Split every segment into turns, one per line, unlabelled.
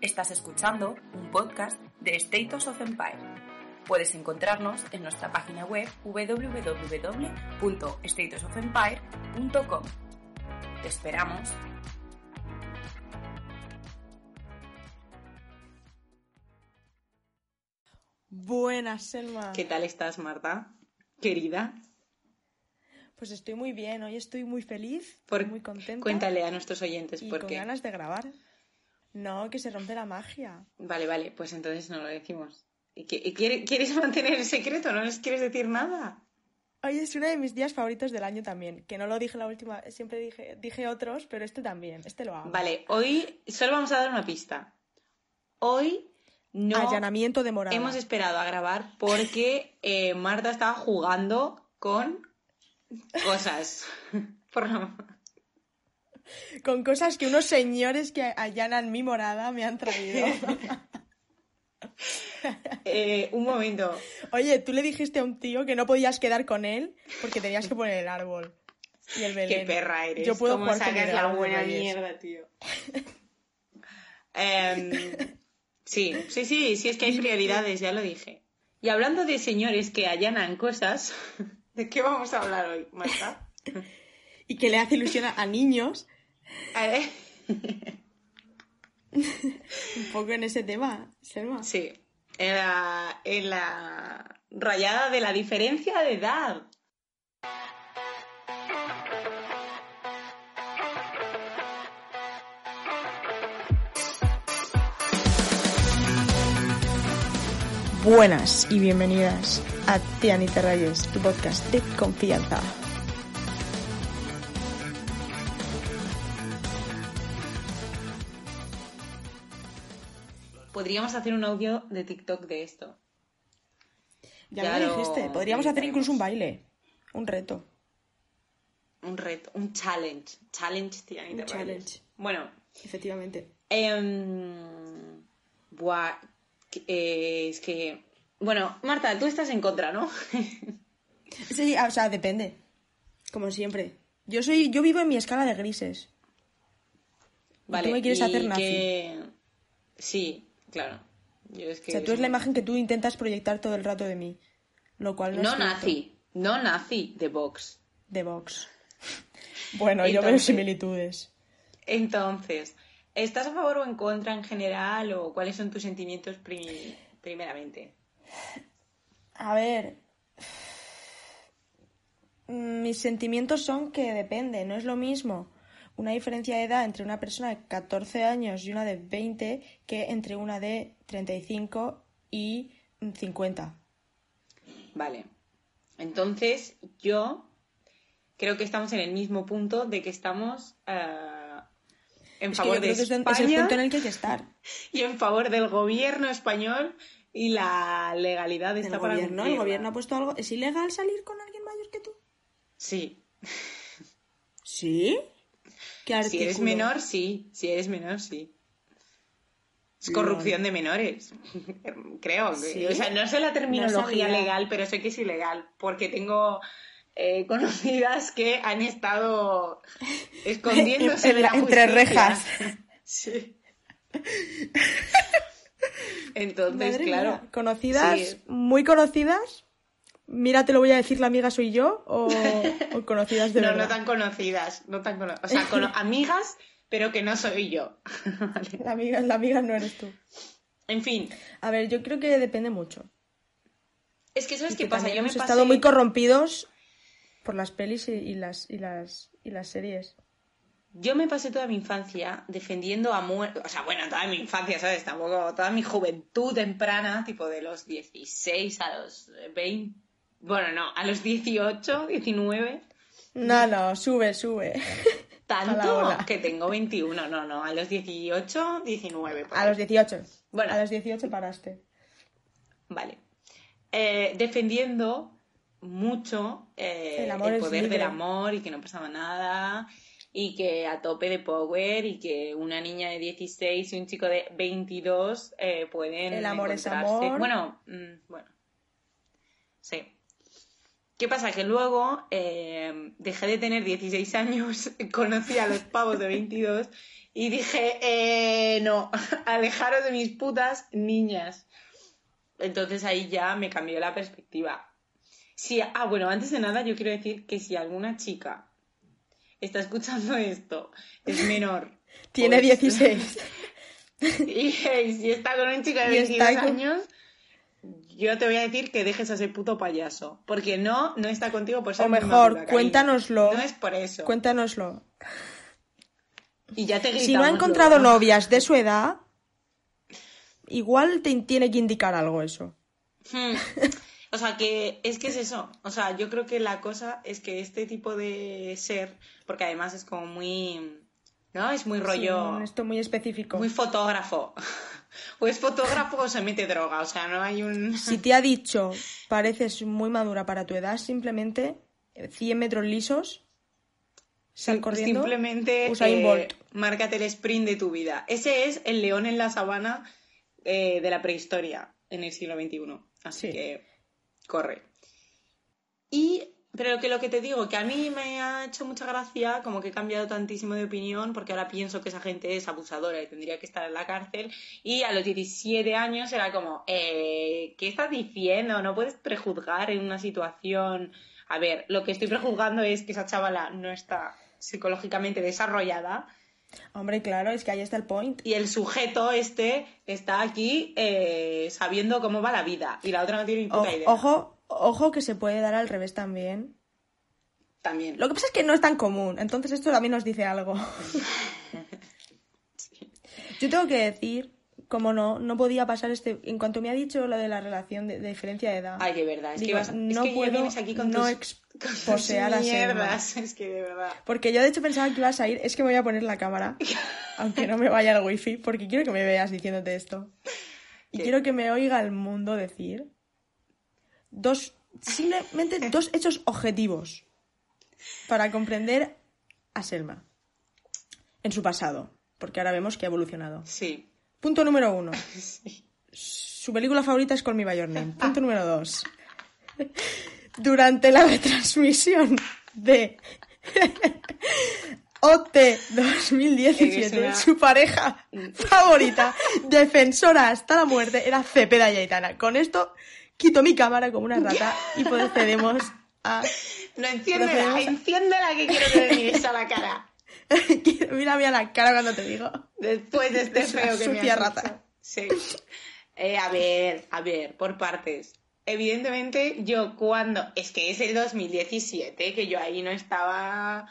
Estás escuchando un podcast de Status of Empire. Puedes encontrarnos en nuestra página web www.statusofempire.com. Te esperamos.
Buenas, Selma.
¿Qué tal estás, Marta? Querida.
Pues estoy muy bien, hoy estoy muy feliz,
Por-
muy contenta
Cuéntale a nuestros oyentes
y
por
con
qué.
ganas de grabar. No, que se rompe la magia.
Vale, vale, pues entonces no lo decimos. ¿Y qué- y quiere- ¿Quieres mantener el secreto? ¿No les quieres decir nada?
Hoy es uno de mis días favoritos del año también, que no lo dije la última, siempre dije, dije otros, pero este también, este lo hago.
Vale, hoy solo vamos a dar una pista. Hoy no
Ah, Allanamiento de morada.
hemos esperado a grabar porque eh, Marta estaba jugando con cosas. Por la-
Con cosas que unos señores que allanan mi morada me han traído.
Eh, un momento.
Oye, tú le dijiste a un tío que no podías quedar con él porque tenías que poner el árbol y el Belén.
Qué perra eres.
Yo puedo
¿Cómo
jugar con
sacas
el
la
árbol de
buena
Reyes.
mierda, tío? Em, sí, sí, sí, sí, es que hay prioridades, ya lo dije. Y hablando de señores que allanan cosas, ¿de qué vamos a hablar hoy, Marta?
Y que le hace ilusión a- a niños
A ver,
un poco en ese tema, Selma.
Sí, en la, en la rayada de la diferencia de edad.
Buenas y bienvenidas a Tianita Reyes, tu podcast de confianza.
Podríamos hacer un audio de TikTok de esto.
Ya,
Ya
me
lo
dijiste, podríamos hacer
intentaremos.
incluso un baile, un reto.
Un reto, un challenge. Challenge, tía,
Un challenge.
Bueno,
Efectivamente.
Em, buah, que- eh, es que... Bueno, Marta, tú estás en contra, ¿no?
Sí, ah, o sea, depende. Como siempre. Yo soy, yo vivo en mi escala de grises.
vale.
me quieres
y
hacer nazi.
que- Sí, claro. Yo es
O
que
sea, tú es la imagen que tú intentas proyectar todo el rato de mí. Lo cual no, es
No
cierto.
nazi, no nazi de Vox.
De Vox. Bueno, yo veo
Entonces-
similitudes.
Entonces, ¿estás a favor o en contra en general o cuáles son tus sentimientos pri- primeramente?
A ver. mm, Mis sentimientos son que depende, no es lo mismo una diferencia de edad entre una persona de 14 años y una de 20 que entre una de 35 y mm, 50.
Vale. Entonces, yo creo que estamos en el mismo punto de que estamos eh, en
Es que
favor
yo creo
de
que es donde- es
España
el punto en el que hay que estar.
y en favor del gobierno español y la legalidad está
El
para
gobierno, el
cumplirla.
gobierno ha puesto algo. ¿Es ilegal salir con alguien mayor que tú?
Sí.
¿Sí? ¿Qué
Si eres
artículo?
menor, sí. Si eres menor, sí. Es corrupción de menores. Creo. que-
¿Sí?
O sea, no sé la terminología
sabía.
legal, pero sé que es ilegal. Porque tengo eh, conocidas que han estado
En-
escondiéndose
en
de la
la- entre
justicia.
rejas.
Sí. Entonces,
Madre
claro.
mía, Conocidas,
sí.
muy conocidas. Mira, te lo voy a decir, la amiga soy yo. O, o conocidas de
no,
verdad.
no tan conocidas. No tan cono- O sea, cono- amigas, pero que no soy yo. Vale.
La amiga, la amiga no eres tú.
En fin.
A ver, yo creo que depende mucho.
Es que, ¿sabes
Y
qué
que
pasa?
también
Yo me
hemos
pasé...
estado muy corrompidos por las pelis y, y las, y, las, y las series.
Yo me pasé toda mi infancia defendiendo a muerte, o sea, bueno, toda mi infancia, ¿sabes? Tampoco, toda mi juventud temprana, tipo de los 16 a los 20, bueno, no, a los 18, 19,
No, no, sube, sube. A la
tanto
ola.
que tengo 21, no, no, a los 18, 19. por
A
ahí.
los 18.
Bueno.
A los 18 paraste.
Vale. Eh, defendiendo mucho eh,
El
el,
amor es
poder
libre.
del amor y que no pasaba nada y que a tope de power y que una niña de 16 y un chico de 22 eh, pueden
El amor es
encontrarse.
amor.
Bueno, mm, bueno. Sí. ¿Qué pasa? Que luego eh, dejé de tener 16 años, conocí a los pavos de 22 Y dije, eh, no, alejaros de mis putas niñas. Entonces ahí ya me cambió la perspectiva. Sí, ah, bueno, antes de nada yo quiero decir que si alguna chica está escuchando esto, es menor.
Tiene
pues,
16.
Y eh, si está con un chico de
Y está
22
con-
años, yo te voy a decir que dejes a ese puto payaso. Porque no, no está contigo por ser
O
muy
mejor,
madura, cariño.
cuéntanoslo.
No es por eso.
Cuéntanoslo.
Y ya te
Si no ha
gritamos
encontrado
luego.
novias de su edad, igual te tiene que indicar algo eso.
Hmm. O sea, que es que es eso. O sea, yo creo que la cosa es que este tipo de ser, porque además es como muy. ¿No? Es muy rollo.
Sí, esto muy específico.
muy fotógrafo. O es fotógrafo o se mete droga. O sea, no hay un.
Si te ha dicho, pareces muy madura para tu edad, simplemente eh, 100 metros lisos, sal
Sim-
corriendo.
Simplemente
Usain
eh,
Bolt.
márcate el sprint de tu vida. Ese es el león en la sabana eh, de la prehistoria en el siglo XXI. Así
Sí.
que corre. Y, pero que lo que te digo, que a mí me ha hecho mucha gracia, como que he cambiado tantísimo de opinión, porque ahora pienso que esa gente es abusadora y tendría que estar en la cárcel. Y a los 17 años era como, eh, ¿qué estás diciendo? No puedes prejuzgar en una situación. A ver, lo que estoy prejuzgando es que esa chavala no está psicológicamente desarrollada
Hombre, claro, es que ahí está el point.
y el sujeto este está aquí eh, sabiendo cómo va la vida y la otra no tiene ni puta
O-
idea.
ojo, ojo que se puede dar al revés también.
También.
Lo que pasa es que no es tan común, entonces esto también nos dice algo. Yo tengo que decir, como no, no podía pasar este... En cuanto me ha dicho lo de la relación de, de diferencia de edad,
Ay, de verdad, es que
digo,
vas, es
no
que ya
puedo
vienes aquí con
no
tus, con tus
exposear a Selma.
mierdas, es que de verdad.
Porque yo de hecho pensaba que ibas a ir, es que me voy a poner la cámara, aunque no me vaya el wifi, porque quiero que me veas diciéndote esto. Y
¿Qué?
quiero que me oiga el mundo decir dos, simplemente dos hechos objetivos para comprender a Selma en su pasado, porque ahora vemos que ha evolucionado.
Sí.
Punto número uno. Su película favorita es Call Me By Your Name. Punto número dos. Durante la retransmisión de OT 2017,
Eres una-
su pareja favorita, defensora hasta la muerte, era Cepeda y Aitana. Con esto quito mi cámara como una rata y procedemos a...
No, enciéndela,
Procedemos a-
enciéndela que quiero que me mires a la cara.
Mírame a la cara cuando te digo.
Después de este
Es una
feo que me
sucia
has
rata.
hecho. Sí. Eh, a ver, a ver, por partes. Evidentemente, yo cuando. Es que es el 2017, que yo ahí no estaba.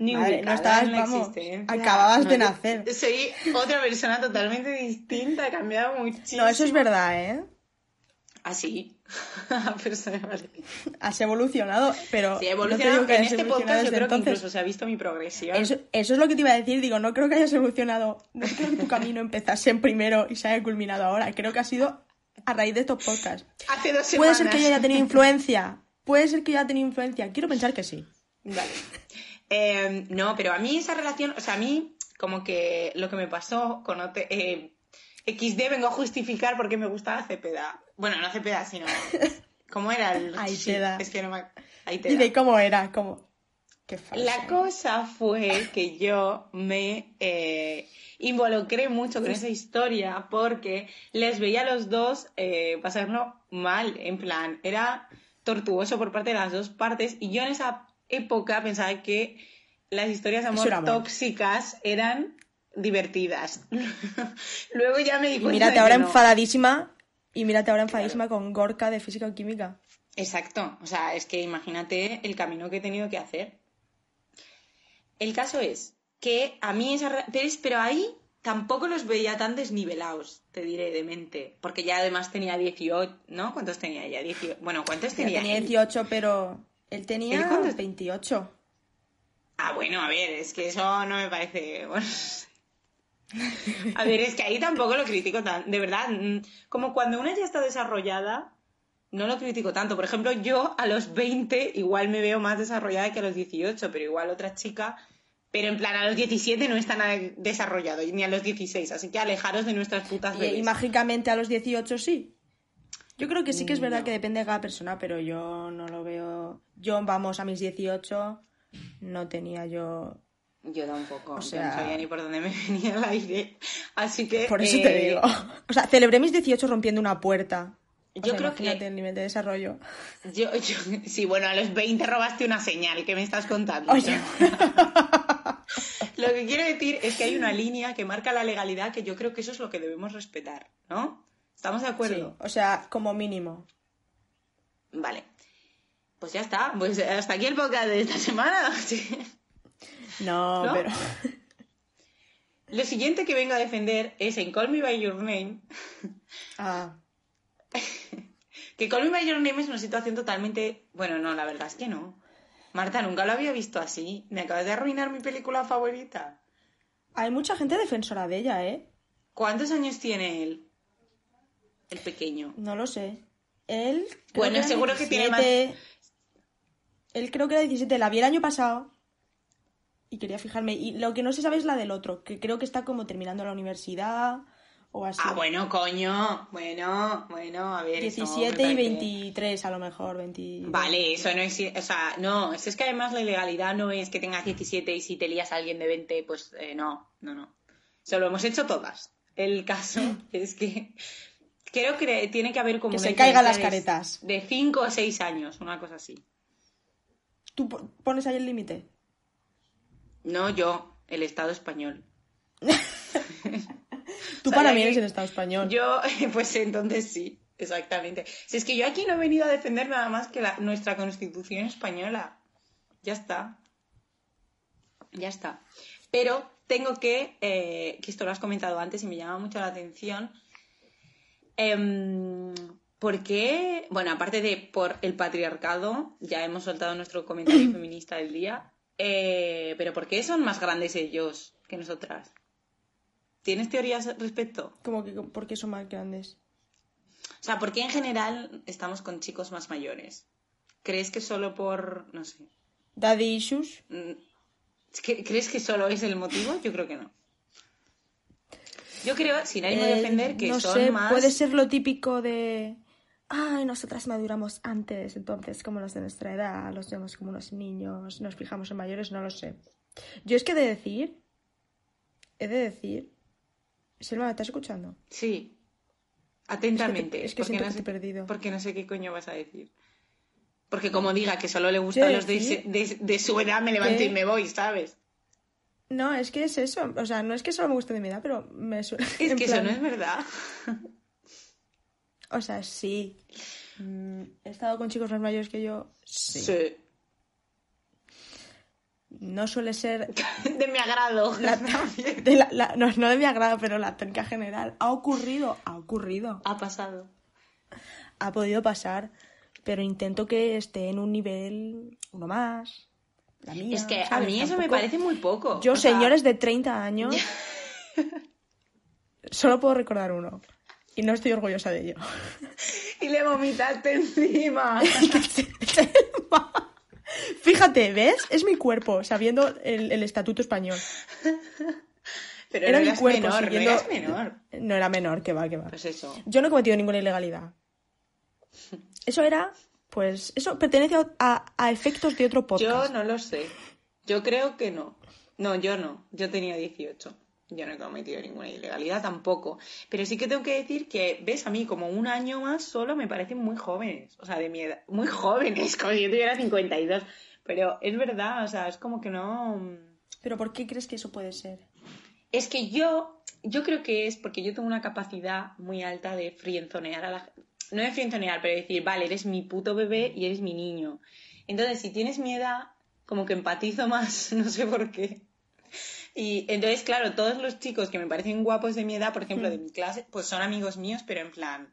Ni
Madre,
ubicada
no estabas,
en la
vamos,
existencia.
acababas de
yo-
nacer.
Soy otra persona totalmente distinta, he cambiado muchísimo. Ah,
No, eso es verdad, ¿eh?
Así. Pero se me vale.
Has evolucionado, pero...
Sí, he
no te
evolucionado.
digo que
en
hayas
este
evolucionado
podcast yo
desde
creo que
entonces.
incluso se ha visto mi progresión.
Eso, eso es lo que te iba a decir, digo, no creo que hayas evolucionado, no creo que tu camino empezase en primero y se haya culminado ahora, creo que ha sido a raíz de estos podcasts.
Hace dos
Puede
semanas.
ser que yo haya tenido influencia, puede ser que yo haya tenido influencia, quiero pensar que sí.
Vale. Eh, no, pero a mí esa relación, o sea, a mí como que lo que me pasó con OT, eh, XD vengo a justificar porque me gustaba Cepeda. Bueno, no Cepeda, sino... ¿Cómo era el...?
Ay,
sí,
te da.
Es que no me... Ahí te
Y
da.
de cómo era, cómo... Qué falsa.
La cosa fue que yo me eh, involucré mucho con esa historia porque les veía a los dos eh, pasarlo mal, en plan, era tortuoso por parte de las dos partes y yo en esa época pensaba que las historias de
Eso
amor
era amor.
tóxicas eran divertidas. Luego ya me di
Y
cuenta de
mírate
que
ahora
no.
enfadadísima, y mírate ahora enfadadísima con Gorka de Física o Química.
Exacto, o sea, es que imagínate el camino que he tenido que hacer. El caso es que a mí esa... re- Pero, es- pero ahí tampoco los veía tan desnivelados, te diré, de mente. Porque ya además tenía 18, ¿no? ¿Cuántos tenía ella? 18. Bueno, ¿cuántos
Ella
tenía?
tenía
él?
18, pero él tenía
¿Él cuántos?
28.
Ah, bueno, a ver, es que eso no me parece... bueno. A ver, es que ahí tampoco lo critico tan... De verdad, mm, como cuando una ya está desarrollada, no lo critico tanto. Por ejemplo, yo a los 20 igual me veo más desarrollada que a los 18, pero igual otra chica... Pero en plan, a los 17 no está nada desarrollado, y ni a los 16, así que alejaros de nuestras putas
Y-
bebés.
Y, mágicamente a los 18 sí. Yo creo que sí que es verdad
Mm, No.
que depende de cada persona, pero yo no lo veo. Yo, vamos, a mis 18 no tenía yo
Yo tampoco,
O
o
sea-
no sabía ni por dónde me venía el aire. Así que.
Por eso
eh,
te digo. O sea, celebré mis 18 rompiendo una puerta. O
Yo
sea,
creo que-
imagínate el nivel de desarrollo.
Yo, yo, sí, bueno, a los 20 robaste una señal, ¿qué me estás contando?
Oye.
Lo que quiero decir es que hay una línea que marca la legalidad que yo creo que eso es lo que debemos respetar, ¿no? ¿Estamos de acuerdo?
Sí, o sea, como mínimo.
Vale. Pues ya está, pues hasta aquí el podcast de esta semana. Sí.
No,
¿No?
pero.
Lo siguiente que vengo a defender es en Call Me By Your Name,
Ah,
que Call Me By Your Name es una situación totalmente... Bueno, no, la verdad es que no. Marta, nunca lo había visto así. Me acabas de arruinar mi película favorita.
hay mucha gente defensora de ella, ¿eh?
¿Cuántos años tiene él? El pequeño.
No lo sé. Él. creo
Bueno,
era
seguro que tiene
17. Él creo que era 17. La vi el año pasado. Y quería fijarme. Y lo que no se sabe es la del otro, que creo que está como terminando la universidad o así.
Ah, bueno, coño. Bueno, bueno, a ver. eso me
17 y
parece-
23 a lo mejor, 20.
Vale, eso no es... O sea, no, es, es que además la ilegalidad no es que tengas 17 y si te lías a alguien de 20, pues eh, no, no, no. Eso lo hemos hecho todas. El caso es que creo que tiene que haber como...
Que
una
se caigan las
diferencia de-
caretas.
De 5 o 6 años, una cosa así.
Tú po- pones ahí el límite.
No yo, el Estado español.
Tú
O sea,
para
ya
mí
que-
eres el Estado español.
Yo, pues entonces sí, exactamente. Si es que yo aquí no he venido a defender nada más que la- nuestra constitución española. Ya está. Ya está. Pero tengo que, eh, que esto lo has comentado antes y me llama mucho la atención. Em, ¿Por qué? Bueno, aparte de por el patriarcado, ya hemos soltado nuestro comentario feminista del día, eh, pero ¿por qué son más grandes ellos que nosotras? ¿Tienes teorías al respecto?
Como que porque son más grandes.
O sea, ¿por qué en general estamos con chicos más mayores? ¿Crees que solo por, no sé,
Daddy issues.
mm, es que- ¿crees que solo es el motivo? Yo creo que no. Yo creo, sin ánimo de
Eh,
ofender, que
no
son
sé,
más...
puede ser lo típico de. Ay, nosotras maduramos antes, entonces, como los de nuestra edad, los vemos como unos niños, nos fijamos en mayores, no lo sé. Yo es que he de decir. He de decir. Selma, ¿me estás escuchando?
Sí, atentamente.
Es que
porque
siento
no
que
sé-
te he perdido.
Porque no sé qué coño vas a decir. Porque como diga que solo le gustan
Quiero
los de,
decir
de- de su edad, me levanto
que-
y me voy, ¿sabes?
No, es que es eso. O sea, no es que solo me guste de mi edad, pero me suena.
Es
en
que eso
plan-
no es verdad.
O sea, sí. Mm, He estado con chicos más mayores que yo. Sí. No suele ser
De mi agrado.
La-
También.
de la- la- no, no de mi agrado, pero la tónica general. Ha ocurrido, ha ocurrido.
Ha pasado.
Ha podido pasar, pero intento que esté en un nivel uno más. La mía,
Es que a
¿sabes?
mí eso me
Tampoco-
parece muy poco.
Yo,
O sea,
señores de 30 años, solo puedo recordar uno. Y no estoy orgullosa de ello.
Y le vomitaste encima.
Fíjate, ¿ves? Es mi cuerpo, sabiendo el, el estatuto español.
Pero
Era
no
mi
eras
cuerpo
menor,
siguiendo-
no eras menor.
No era menor, que va, que va.
Pues eso.
Yo no he cometido ninguna ilegalidad. Eso era, pues, eso pertenece a, a- a efectos de otro podcast.
Yo no lo sé. Yo creo que no. No, yo no. Yo tenía 18. Yo no he cometido ninguna ilegalidad tampoco. Pero sí que tengo que decir que, ves, a mí como un año más solo me parecen muy jóvenes. O sea, de mi edad. Muy jóvenes, como si yo tuviera 52. Pero es verdad, o sea, es como que no...
Pero ¿por qué crees que eso puede ser?
Es que yo, yo creo que es porque yo tengo una capacidad muy alta de frienzonear a la gente. No de frienzonear, pero decir, vale, eres mi puto bebé y eres mi niño. Entonces, si tienes mi edad, como que empatizo más, no sé por qué. Y entonces, claro, todos los chicos que me parecen guapos de mi edad, por ejemplo,
Mm.
de mi clase, pues son amigos míos, pero en plan,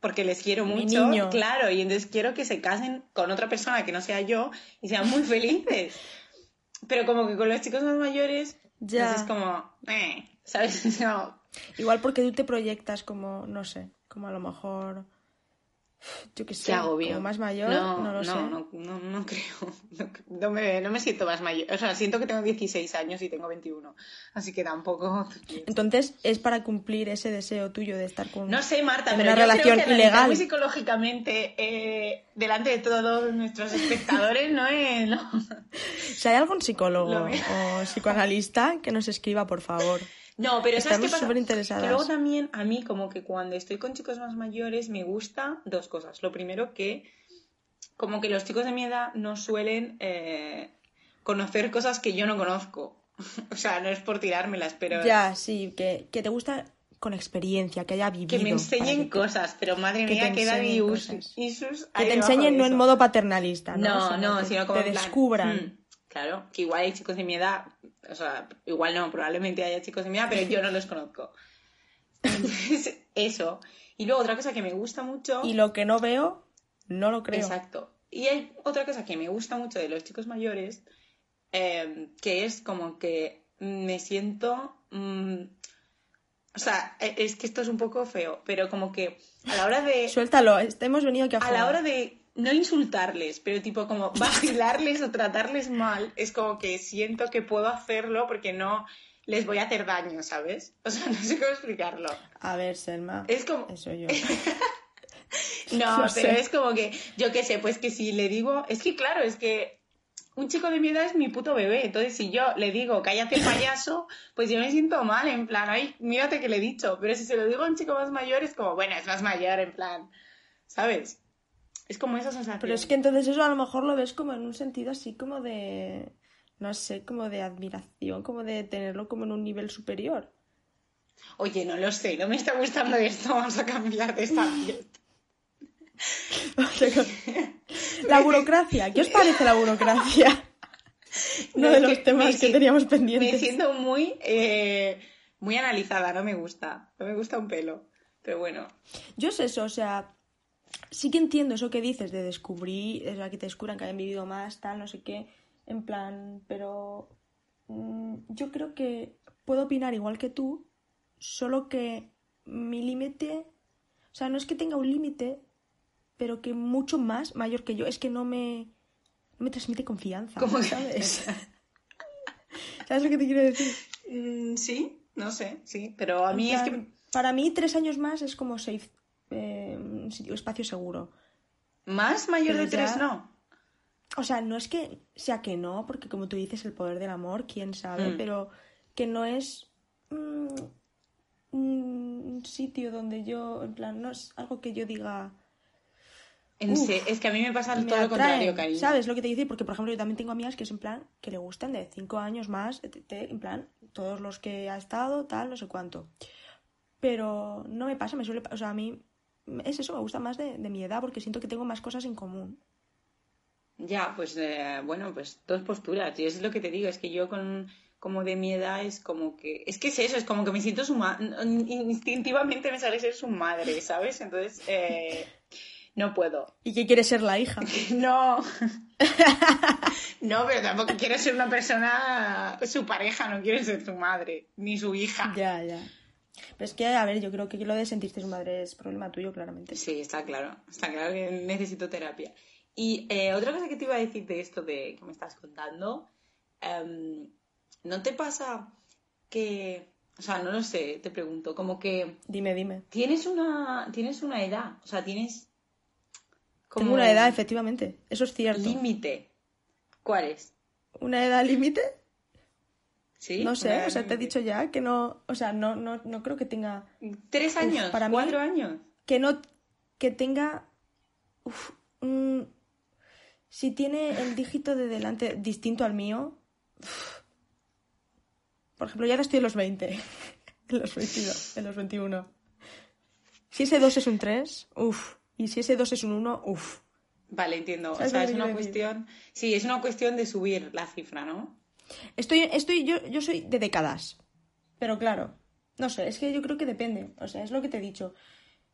porque les quiero
Mi
mucho,
niño.
claro, y entonces quiero que se casen con otra persona que no sea yo y sean muy felices. Pero como que con los chicos más mayores,
Ya.
pues es como, eh, ¿sabes? No.
Igual porque tú te proyectas como, no sé, como a lo mejor Yo que sé,
Qué agobio.
como más mayor, no,
no,
lo
no,
sé.
No, no, no creo. No, no me, no me siento más mayor. O sea, siento que tengo 16 años y tengo 21. Así que tampoco.
Entonces, es para cumplir ese deseo tuyo de estar con...
No sé, Marta,
En
pero
una
yo
relación
creo que
ilegal.
analizar muy psicológicamente eh, delante de todos nuestros espectadores no es. no.
Si hay algún psicólogo
Lo veo.
o psicoanalista que nos escriba, por favor.
No, pero ¿sabes
Estamos
qué pasa?
superinteresadas.
Que luego también a mí como que cuando estoy con chicos más mayores me gusta dos cosas. Lo primero que como que los chicos de mi edad no suelen eh, conocer cosas que yo no conozco. O sea, no es por tirármelas, pero
Ya, sí, que, que te gusta con experiencia, que haya vivido.
que me
para
enseñen
que-
cosas. Pero madre
que te
mía, que dan
enseñen
ius-
cosas.
isus
Que
ahí
te
debajo
enseñen
de
no en
eso.
modo paternalista, ¿no?
No, no, sino como
que te
en plan,
descubran.
mm, claro, que igual hay chicos de mi edad, o sea, igual no, probablemente haya chicos de mi edad, pero yo no los conozco. Entonces, eso. Y luego otra cosa que me gusta mucho.
Y lo que no veo, no lo creo.
Exacto. Y hay otra cosa que me gusta mucho de los chicos mayores, eh, que es como que me siento. mm, o sea, e- es que esto es un poco feo, pero como que a la hora de
Suéltalo, est- hemos venido aquí a
a
jugar.
la hora de no insultarles, pero tipo como vacilarles o tratarles mal, es como que siento que puedo hacerlo porque no les voy a hacer daño, ¿sabes? O sea, no sé cómo explicarlo.
A ver, Selma.
Es como...
Eso yo.
eh, No,
No
pero
sé.
es como que, yo qué sé, pues que si le digo, es que claro, es que un chico de mi edad es mi puto bebé, entonces si yo le digo, cállate payaso, pues yo me siento mal, en plan, ay, mírate que le he dicho, pero si se lo digo a un chico más mayor es como, bueno, es más mayor, en plan, ¿sabes? Es como esa sensación.
Pero es que entonces eso a lo mejor lo ves como en un sentido así como de. No sé, como de admiración, como de tenerlo como en un nivel superior.
Oye, no lo sé, no me está gustando esto, vamos a cambiar de esta fiesta.
la burocracia. ¿Qué os parece la burocracia? Uno
No,
de
es
los
que me
temas que
si-
teníamos
Me
pendientes.
siento muy, eh, muy analizada, no me gusta, no me gusta un pelo. Pero bueno,
Yo es eso, o sea, sí que entiendo eso que dices de descubrir, o sea, que te descubran que hayan vivido más, tal, no sé qué, en plan, pero mm, yo creo que puedo opinar igual que tú, solo que mi límite, o sea, no es que tenga un límite, pero que mucho más mayor que yo, es que no me, no me transmite confianza,
¿Cómo que?
¿sabes? ¿Sabes lo que te quiero decir?
mm, sí, no sé, sí, pero a mí
En
es que...
plan, Para mí tres años más es como safe, eh, un sitio- espacio seguro.
Más mayor
Pero
de
ya-
tres, no.
O sea, no es que sea que no, porque como tú dices, el poder del amor, quién sabe,
Mm.
pero que no es mm, un sitio donde yo, en plan, no es algo que yo diga,
En
Uf,
se- es que a mí me pasa
me
todo lo contrario,
atraen,
cariño.
¿sabes lo que te dice? Porque, por ejemplo, yo también tengo amigas que es en plan, que le gustan de cinco años más, etc., en plan, todos los que ha estado, tal, no sé cuánto. Pero no me pasa, me suele, pa- o sea, a mí es eso, me gusta más de, de mi edad porque siento que tengo más cosas en común.
Ya, pues eh, bueno, pues dos posturas. Y eso es lo que te digo, es que yo con como de mi edad es como que... Es que es eso, es como que me siento su ma- Instintivamente me sale ser su madre, ¿sabes? Entonces, eh, no puedo.
¿Y que quiere ser la hija?
No. No, pero tampoco quiero ser una persona, su pareja, no quiero ser su madre, ni su hija.
Ya, ya. Pero es que, a ver, yo creo que lo de sentirte su madre es problema tuyo, claramente.
Sí, está claro. Está claro que necesito terapia. Y eh, otra cosa que te iba a decir de esto de que me estás contando, em, ¿no te pasa que, o sea, no lo sé, te pregunto, como que
Dime, dime.
tienes una, tienes una edad, o sea, tienes como
Tengo una edad,
un
efectivamente. Eso es cierto.
límite. ¿Cuál es?
¿Una edad límite?
¿Sí?
No
Una
sé,
edad
o sea, te he
límite.
dicho ya que no, o sea, no, no, no creo que tenga,
Eh, ¿Tres años?
para mí-
¿Cuatro años?
que no, que tenga, uf, mm, si tiene el dígito de delante distinto al mío, uf. por ejemplo, ya ahora estoy en los 20, en los 22, en los 21. Si ese 2 es un 3, uff, y si ese 2 es un 1, uff.
Vale, entiendo. O
¿Sabes
sea,
lo
es
que
una
quiero decir?
cuestión... Sí, es una cuestión de subir la cifra, ¿no?
Estoy, estoy, yo, yo soy de décadas. Pero claro, no sé, es que yo creo que depende. O sea, es lo que te he dicho.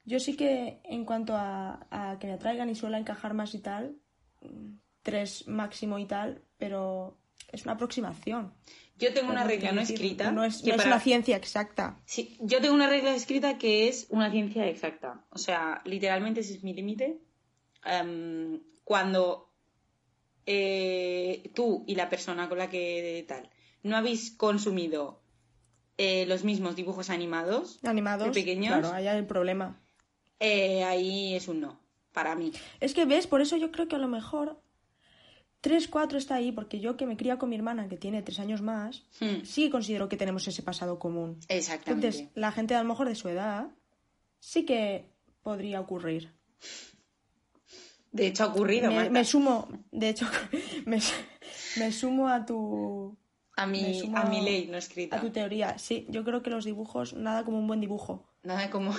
Yo sí que en cuanto a, a que me atraigan y suela encajar más y tal, mm, tres máximo y tal, pero es una aproximación.
Yo tengo una
Pero
regla
quiero
no
decir,
escrita.
No es,
que
no es
para-
una ciencia exacta.
Sí, yo tengo una regla escrita que es una ciencia exacta. O sea, literalmente ese es mi límite. em, cuando eh, tú y la persona con la que tal no habéis consumido eh, los mismos dibujos animados,
Animados.
¿De pequeños?
Claro, ahí hay el problema.
eh, ahí es un no, para mí.
Es que ves, por eso yo creo que a lo mejor 3, 4 está ahí, porque yo que me cría con mi hermana, que tiene 3 años más,
Hmm,
sí considero que tenemos ese pasado común.
Exactamente.
Entonces, la gente a lo mejor de su edad sí que podría ocurrir.
de hecho, ha ocurrido,
Me,
Marta.
me sumo, de hecho, me, su- me sumo a tu,
a,
me
mi,
sumo
a mi ley no escrita.
a tu teoría. Sí, yo creo que los dibujos, nada como un buen dibujo.
Nada como...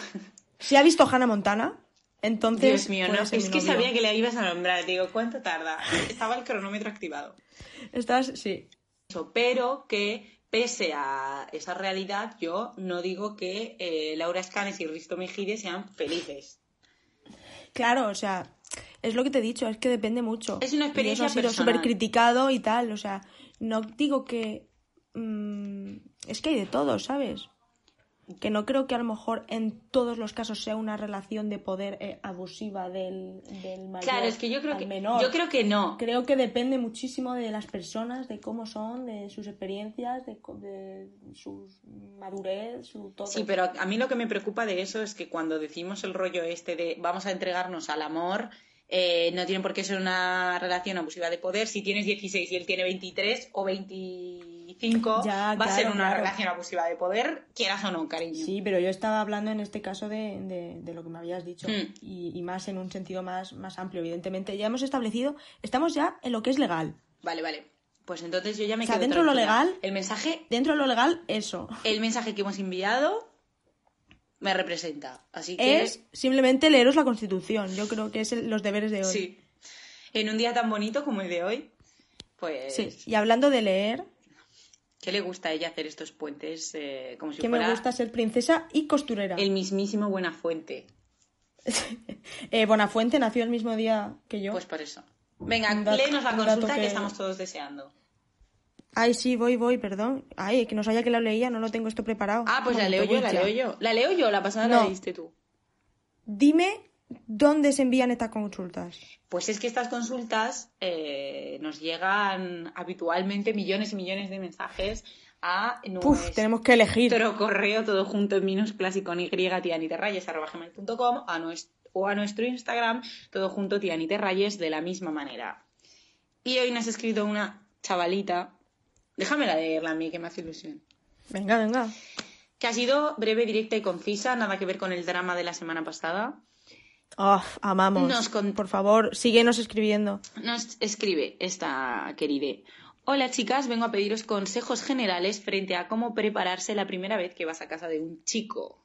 Si ha visto Hannah Montana, entonces.
Dios mío,
puede
no.
ser
pues, Es
mi
que
novio.
sabía que la ibas a nombrar. Digo, ¿cuánto tarda? Estaba el cronómetro activado.
Estás, sí.
Eso, pero que pese a esa realidad, yo no digo que eh, Laura Scanes y Risto Mejide sean felices.
Claro, o sea, es lo que te he dicho, es que depende mucho.
Es una
Y
experiencia
eso ha sido
personal.
súper criticado y tal, o sea, no digo que. mm, es que hay de todo, ¿sabes? Que no creo que a lo mejor en todos los casos sea una relación de poder eh, abusiva del, del mayor
Claro, es que yo creo
al
que
menor.
yo creo que no.
Creo que depende muchísimo de las personas, de cómo son, de sus experiencias, de, co- de su madurez, su todo.
Sí, pero a mí lo que me preocupa de eso es que cuando decimos el rollo este de vamos a entregarnos al amor, eh, no tiene por qué ser una relación abusiva de poder. Si tienes 16 y él tiene 23 o 25,
Ya,
va a ser
claro,
una
claro.
relación abusiva de poder, quieras o no, cariño.
Sí, pero yo estaba hablando en este caso de, de- de lo que me habías dicho
Mm.
y, y más en un sentido más, más amplio, evidentemente. Ya hemos establecido, estamos ya en lo que es legal.
Vale, vale. Pues entonces yo ya me
O sea,
quedo
dentro de lo
tranquila.
legal-
El mensaje,
Dentro de lo legal, eso.
el mensaje que hemos enviado me representa. Así que
Es simplemente leeros la Constitución. Yo creo que es el- los deberes de hoy.
sí. En un día tan bonito como el de hoy, pues
Sí. Y hablando de leer,
¿Qué le gusta a ella hacer estos puentes eh, como si
que
fuera
me gusta ser princesa y costurera.
el mismísimo Buenafuente?
Eh, Bonafuente nació el mismo día que yo.
Pues por eso. Venga,
Un dato-
léenos la
un
consulta
dato
que...
que-
estamos todos deseando.
Ay, sí, voy, voy, perdón. Ay, que no sabía que la leía, no lo tengo esto preparado.
Ah, pues
Un
la leo
momento,
yo,
uy,
la
ya.
leo yo. La leo yo, la pasada la
No.
leíste tú.
Dime dónde se envían estas consultas.
Pues es que estas consultas eh, nos llegan habitualmente millones y millones de mensajes a
Puf,
nuestro
tenemos que elegir.
correo todo junto en minúsculas y con y tianiterrayes arroba gmail.com a nues- o a nuestro Instagram todo junto tianiterrayes de la misma manera. Y hoy nos ha escrito una chavalita, déjamela leerla a mí que me hace ilusión,
Venga, venga.
que ha sido breve, directa y concisa, nada que ver con el drama de la semana pasada.
Oh, amamos.
Nos con-
Por favor, síguenos escribiendo.
Nos escribe esta querida. Hola chicas, vengo a pediros consejos generales frente a cómo prepararse la primera vez que vas a casa de un chico.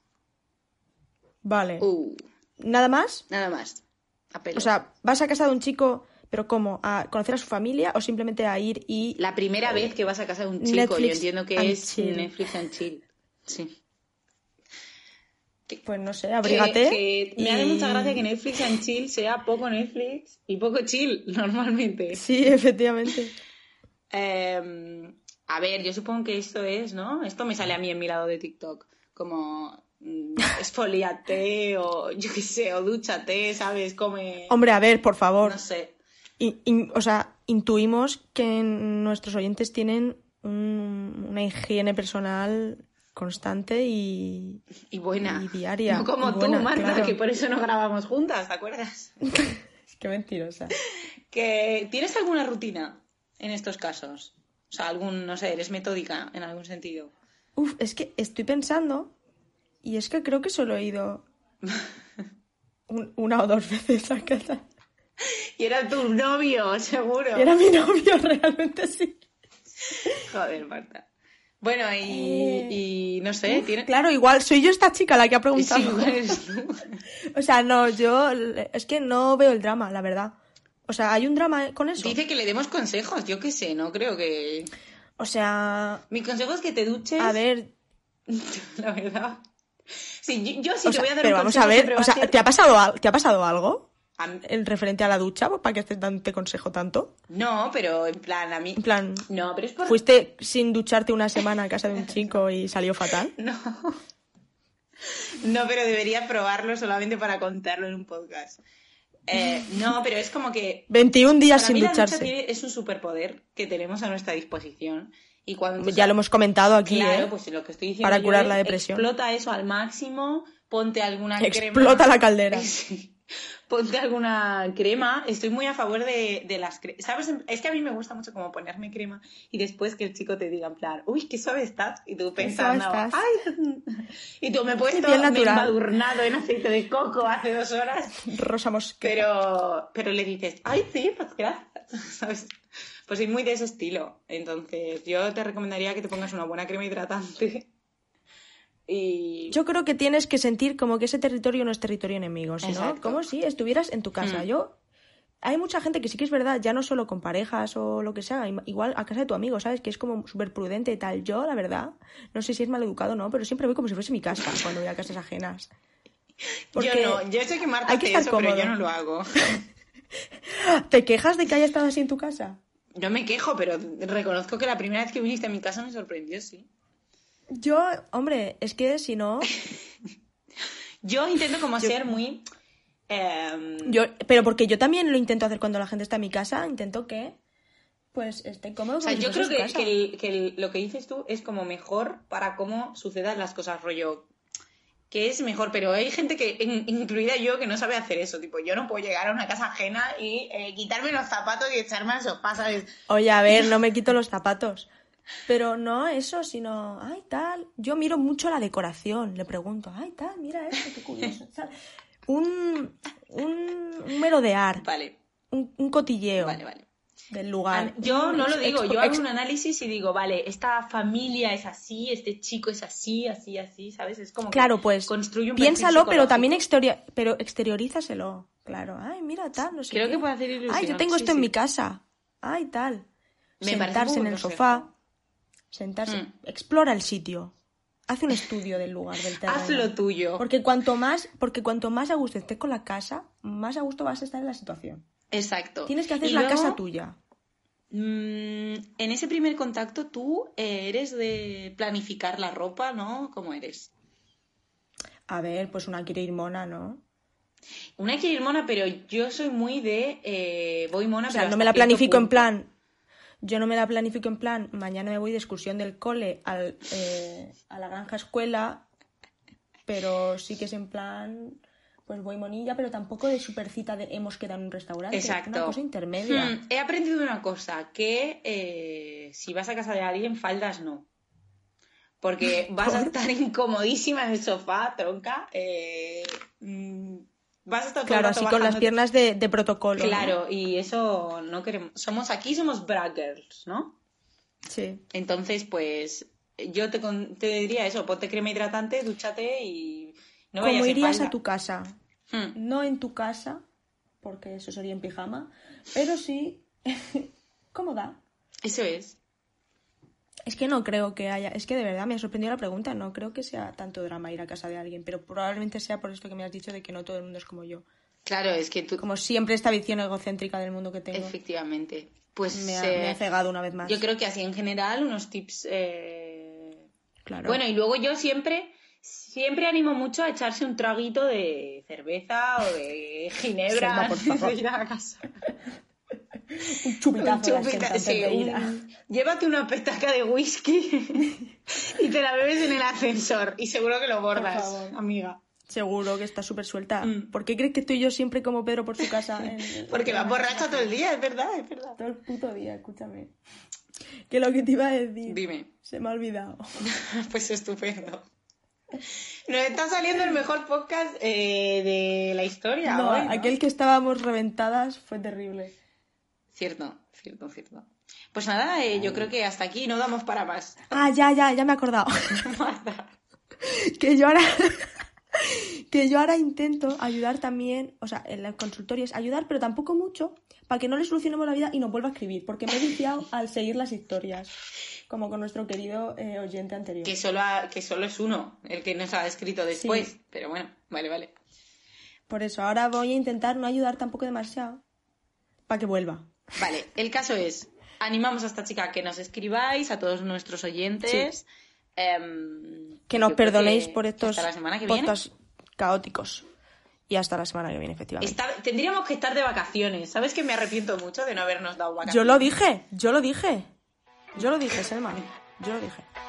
Vale.
Uh,
¿Nada más?
nada más. A pelo.
O sea, ¿vas a casa de un chico, pero cómo? ¿A conocer a su familia o simplemente a ir y...
la primera vez que vas a casa de un chico, yo
Netflix
entiendo que
and
es
chill.
Netflix and chill. Sí.
Pues no sé, abrígate.
Que- que Me
y-
hace mucha gracia que Netflix and chill sea poco Netflix y poco chill, normalmente.
Sí, efectivamente.
Eh, a ver, yo supongo que esto es, ¿no? Esto me sale a mí en mi lado de TikTok, como mm, esfoliate o yo qué sé, o dúchate, ¿sabes? Come,
Hombre, a ver, por favor.
no sé.
In- in- o sea, intuimos que nuestros oyentes tienen un- una higiene personal constante y...
Y buena.
Y diaria,
No como
y
tú,
buena,
Marta,
claro.
que por eso no grabamos juntas, ¿te acuerdas?
Qué mentirosa.
Que ¿Tienes alguna rutina en estos casos? O sea, algún, no sé, eres metódica en algún sentido.
Uf, es que estoy pensando y es que creo que solo he ido un- una o dos veces a casa.
Y era tu novio, seguro.
Y era mi novio, realmente sí.
Joder, Marta. Bueno, y,
Eh,
y no sé,
Uf,
¿tienes...?
Claro, igual soy yo esta chica la que ha preguntado.
Sí, igual eres tú.
O sea, no, yo es que no veo el drama, la verdad. O sea, hay un drama con eso.
Dice que le demos consejos, yo qué sé, no creo que.
O sea,
Mi consejo es que te duches.
a ver,
La verdad. Sí, yo, yo sí
o
te
sea,
voy a dar
pero
un
vamos
consejo.
a ver,
siempre va
o sea,
a ser-
¿te ha pasado al- te ha pasado algo
a mí-
en referente a la ducha Pues, para que te, dan- te consejo tanto?
No, pero en plan, a mí.
En plan,
No, pero es por.
fuiste sin ducharte una semana a casa de un chico y salió fatal.
No. No, pero deberías probarlo solamente para contarlo en un podcast. Eh, no, pero es como que
21 días
para
sin
mí la ducha
ducharse.
tiene- es un superpoder que tenemos a nuestra disposición. Y cuando tú
Ya lo hemos comentado aquí,
Claro,
¿eh?
pues lo que estoy diciendo.
Para
yo
curar
es,
la depresión.
Explota eso al máximo, ponte alguna crema.
Explota la caldera.
Sí. Ponte alguna crema. Estoy muy a favor de, de las cremas. ¿Sabes? Es que a mí me gusta mucho como ponerme crema y después que el chico te diga en plan, uy, qué suave estás. Y tú pensando,
suave estás.
ay. Y tú me he puesto
bien
me he
natural.
embadurnado en aceite de coco hace dos horas.
Rosa Mosquera.
Pero, pero le dices, ay, sí, pues gracias. ¿Sabes? Pues soy muy de ese estilo. Entonces, yo te recomendaría que te pongas una buena crema hidratante. Y.
Yo creo que tienes que sentir como que ese territorio no es territorio enemigo, sino
Exacto.
como si estuvieras en tu casa.
Mm.
Yo hay mucha gente que sí que es verdad, ya no solo con parejas o lo que sea, im- igual a casa de tu amigo, ¿sabes? Que es como súper prudente y tal. Yo, la verdad, no sé si es mal educado o no, pero siempre voy como si fuese mi casa cuando voy a casas ajenas. Porque
Yo no, yo sé que Marta
hay que
hace
estar
eso, pero
cómodo.
yo no lo hago.
¿Te quejas de que haya estado así en tu casa?
No me quejo, pero reconozco que la primera vez que viniste a mi casa me sorprendió, sí.
Yo, hombre, es que si no,
Yo intento como ser muy. em,
yo, pero porque yo también lo intento hacer cuando la gente está en mi casa, intento que, pues, esté cómodo.
o sea,
como si
yo
fuese
creo
su
que,
casa.
que el- que el- lo que dices tú es como mejor para cómo sucedan las cosas, rollo. Que es mejor, pero hay gente que, in- incluida yo, que no sabe hacer eso. Tipo, yo no puedo llegar a una casa ajena y eh, quitarme los zapatos y echarme al sofá, ¿sabes?
Oye, a ver, no me quito los zapatos. Pero no eso, sino, ay, tal. Yo miro mucho la decoración, le pregunto, ay, tal, mira esto, qué curioso. tal. Un, un, un merodear,
Vale,
un, un cotilleo
vale, vale.
del
A
lugar.
mí- Ah, Yo
Un
no lo
ex-
digo,
expo-
yo hago
ex-
un análisis y digo, vale, esta familia es así, este chico es así, así, así, ¿sabes? Es como que
Claro, pues,
construye un perfil
piénsalo, pero
psicológico.
también exterior, pero exteriorízaselo. Claro, ay, mira, tal, no sé
Creo
qué.
que puede hacer ilusión.
Ay, yo tengo
sí,
esto en
sí.
mi casa. Ay, tal.
Me parece
sentarse
muy
en el
consejo.
sofá. Sentarse.
Mm.
Explora el sitio. Haz un estudio del lugar, del terreno.
Haz lo tuyo.
Porque cuanto más, porque cuanto más a gusto estés con la casa, más a gusto vas a estar en la situación.
Exacto.
Tienes que hacer
Y
la
luego,
casa tuya.
mm, en ese primer contacto tú eh, eres de planificar la ropa, ¿no? ¿Cómo eres?
A ver, pues una quiere ir mona, ¿no?
Una quiere ir mona, pero yo soy muy de... eh, voy mona,
O sea,
pero
no
hasta
me la
cierto
planifico en
punto.
plan. Yo no me la planifico en plan. Mañana me voy de excursión del cole al, eh, a la granja escuela. Pero sí que es en plan. Pues voy monilla, pero tampoco de supercita de hemos quedado en un restaurante.
Exacto.
Una cosa intermedia.
Hmm, he aprendido una cosa, que eh, si vas a casa de alguien, faldas no. Porque vas a estar incomodísima en el sofá, tronca. eh, mm, vas a estar todo el
Claro,
rato
así con las
bajándote.
piernas de, de protocolo. ¿no?
Claro, y eso no queremos. Somos aquí, somos bra girls, ¿no?
Sí.
Entonces, pues yo te, con- te diría eso, ponte crema hidratante, dúchate y no vayas
Como
en
irías
falda.
a tu casa.
Hmm.
no en tu casa, porque eso sería en pijama, pero sí cómoda.
Eso es.
Es que no creo que haya, es que de verdad me sorprendió la pregunta, no creo que sea tanto drama ir a casa de alguien, pero probablemente sea por esto que me has dicho de que no todo el mundo es como yo.
Claro, es que tú...
Como siempre esta visión egocéntrica del mundo que tengo
Efectivamente. Pues
me ha,
eh,
me ha cegado una vez más.
Yo creo que así en general unos tips. eh,
Claro.
Bueno, y luego yo siempre, siempre animo mucho a echarse un traguito de cerveza o de ginebra
Selma, por
antes de
favor.
ir a la casa.
un chupitazo,
Un chupita-
antes
sí,
de ir
un-
a-
Llévate una petaca de whisky y te la bebes en el ascensor y seguro que lo bordas,
favor.
amiga.
Seguro que está súper suelta.
Mm.
¿Por qué crees que estoy yo siempre como Pedro por su casa? en-
Porque vas borracha todo el día, es verdad, es verdad.
Todo el puto día, escúchame. Que lo que te iba a decir.
Dime.
Se me ha olvidado.
Pues estupendo. Nos está saliendo el mejor podcast eh, de la historia.
No,
hoy, ¿no?
aquel que estábamos reventadas fue terrible.
Cierto, cierto, cierto. Pues nada, eh, yo creo que hasta aquí no damos para más.
Ah, ya, ya, ya me he acordado.
Marta.
que yo ahora. que yo ahora intento ayudar también, o sea, en los consultorios, ayudar, pero tampoco mucho, para que no le solucionemos la vida y nos vuelva a escribir, porque me he viciado al seguir las historias, como con nuestro querido eh, oyente anterior.
Que solo, ha- que solo es uno el que nos ha escrito después.
Sí.
Pero bueno, vale, vale.
Por eso, ahora voy a intentar no ayudar tampoco demasiado, para que vuelva.
Vale, el caso es, animamos a esta chica a que nos escribáis, a todos nuestros oyentes. em,
Que nos
yo creo
perdonéis
que
por estos
hasta la semana que viene.
podcasts caóticos. Y hasta la semana que viene, efectivamente.
Está- tendríamos que estar de vacaciones. ¿Sabes que me arrepiento mucho de no habernos dado vacaciones?
Yo lo dije, yo lo dije. Yo lo dije, Selma. Yo lo dije.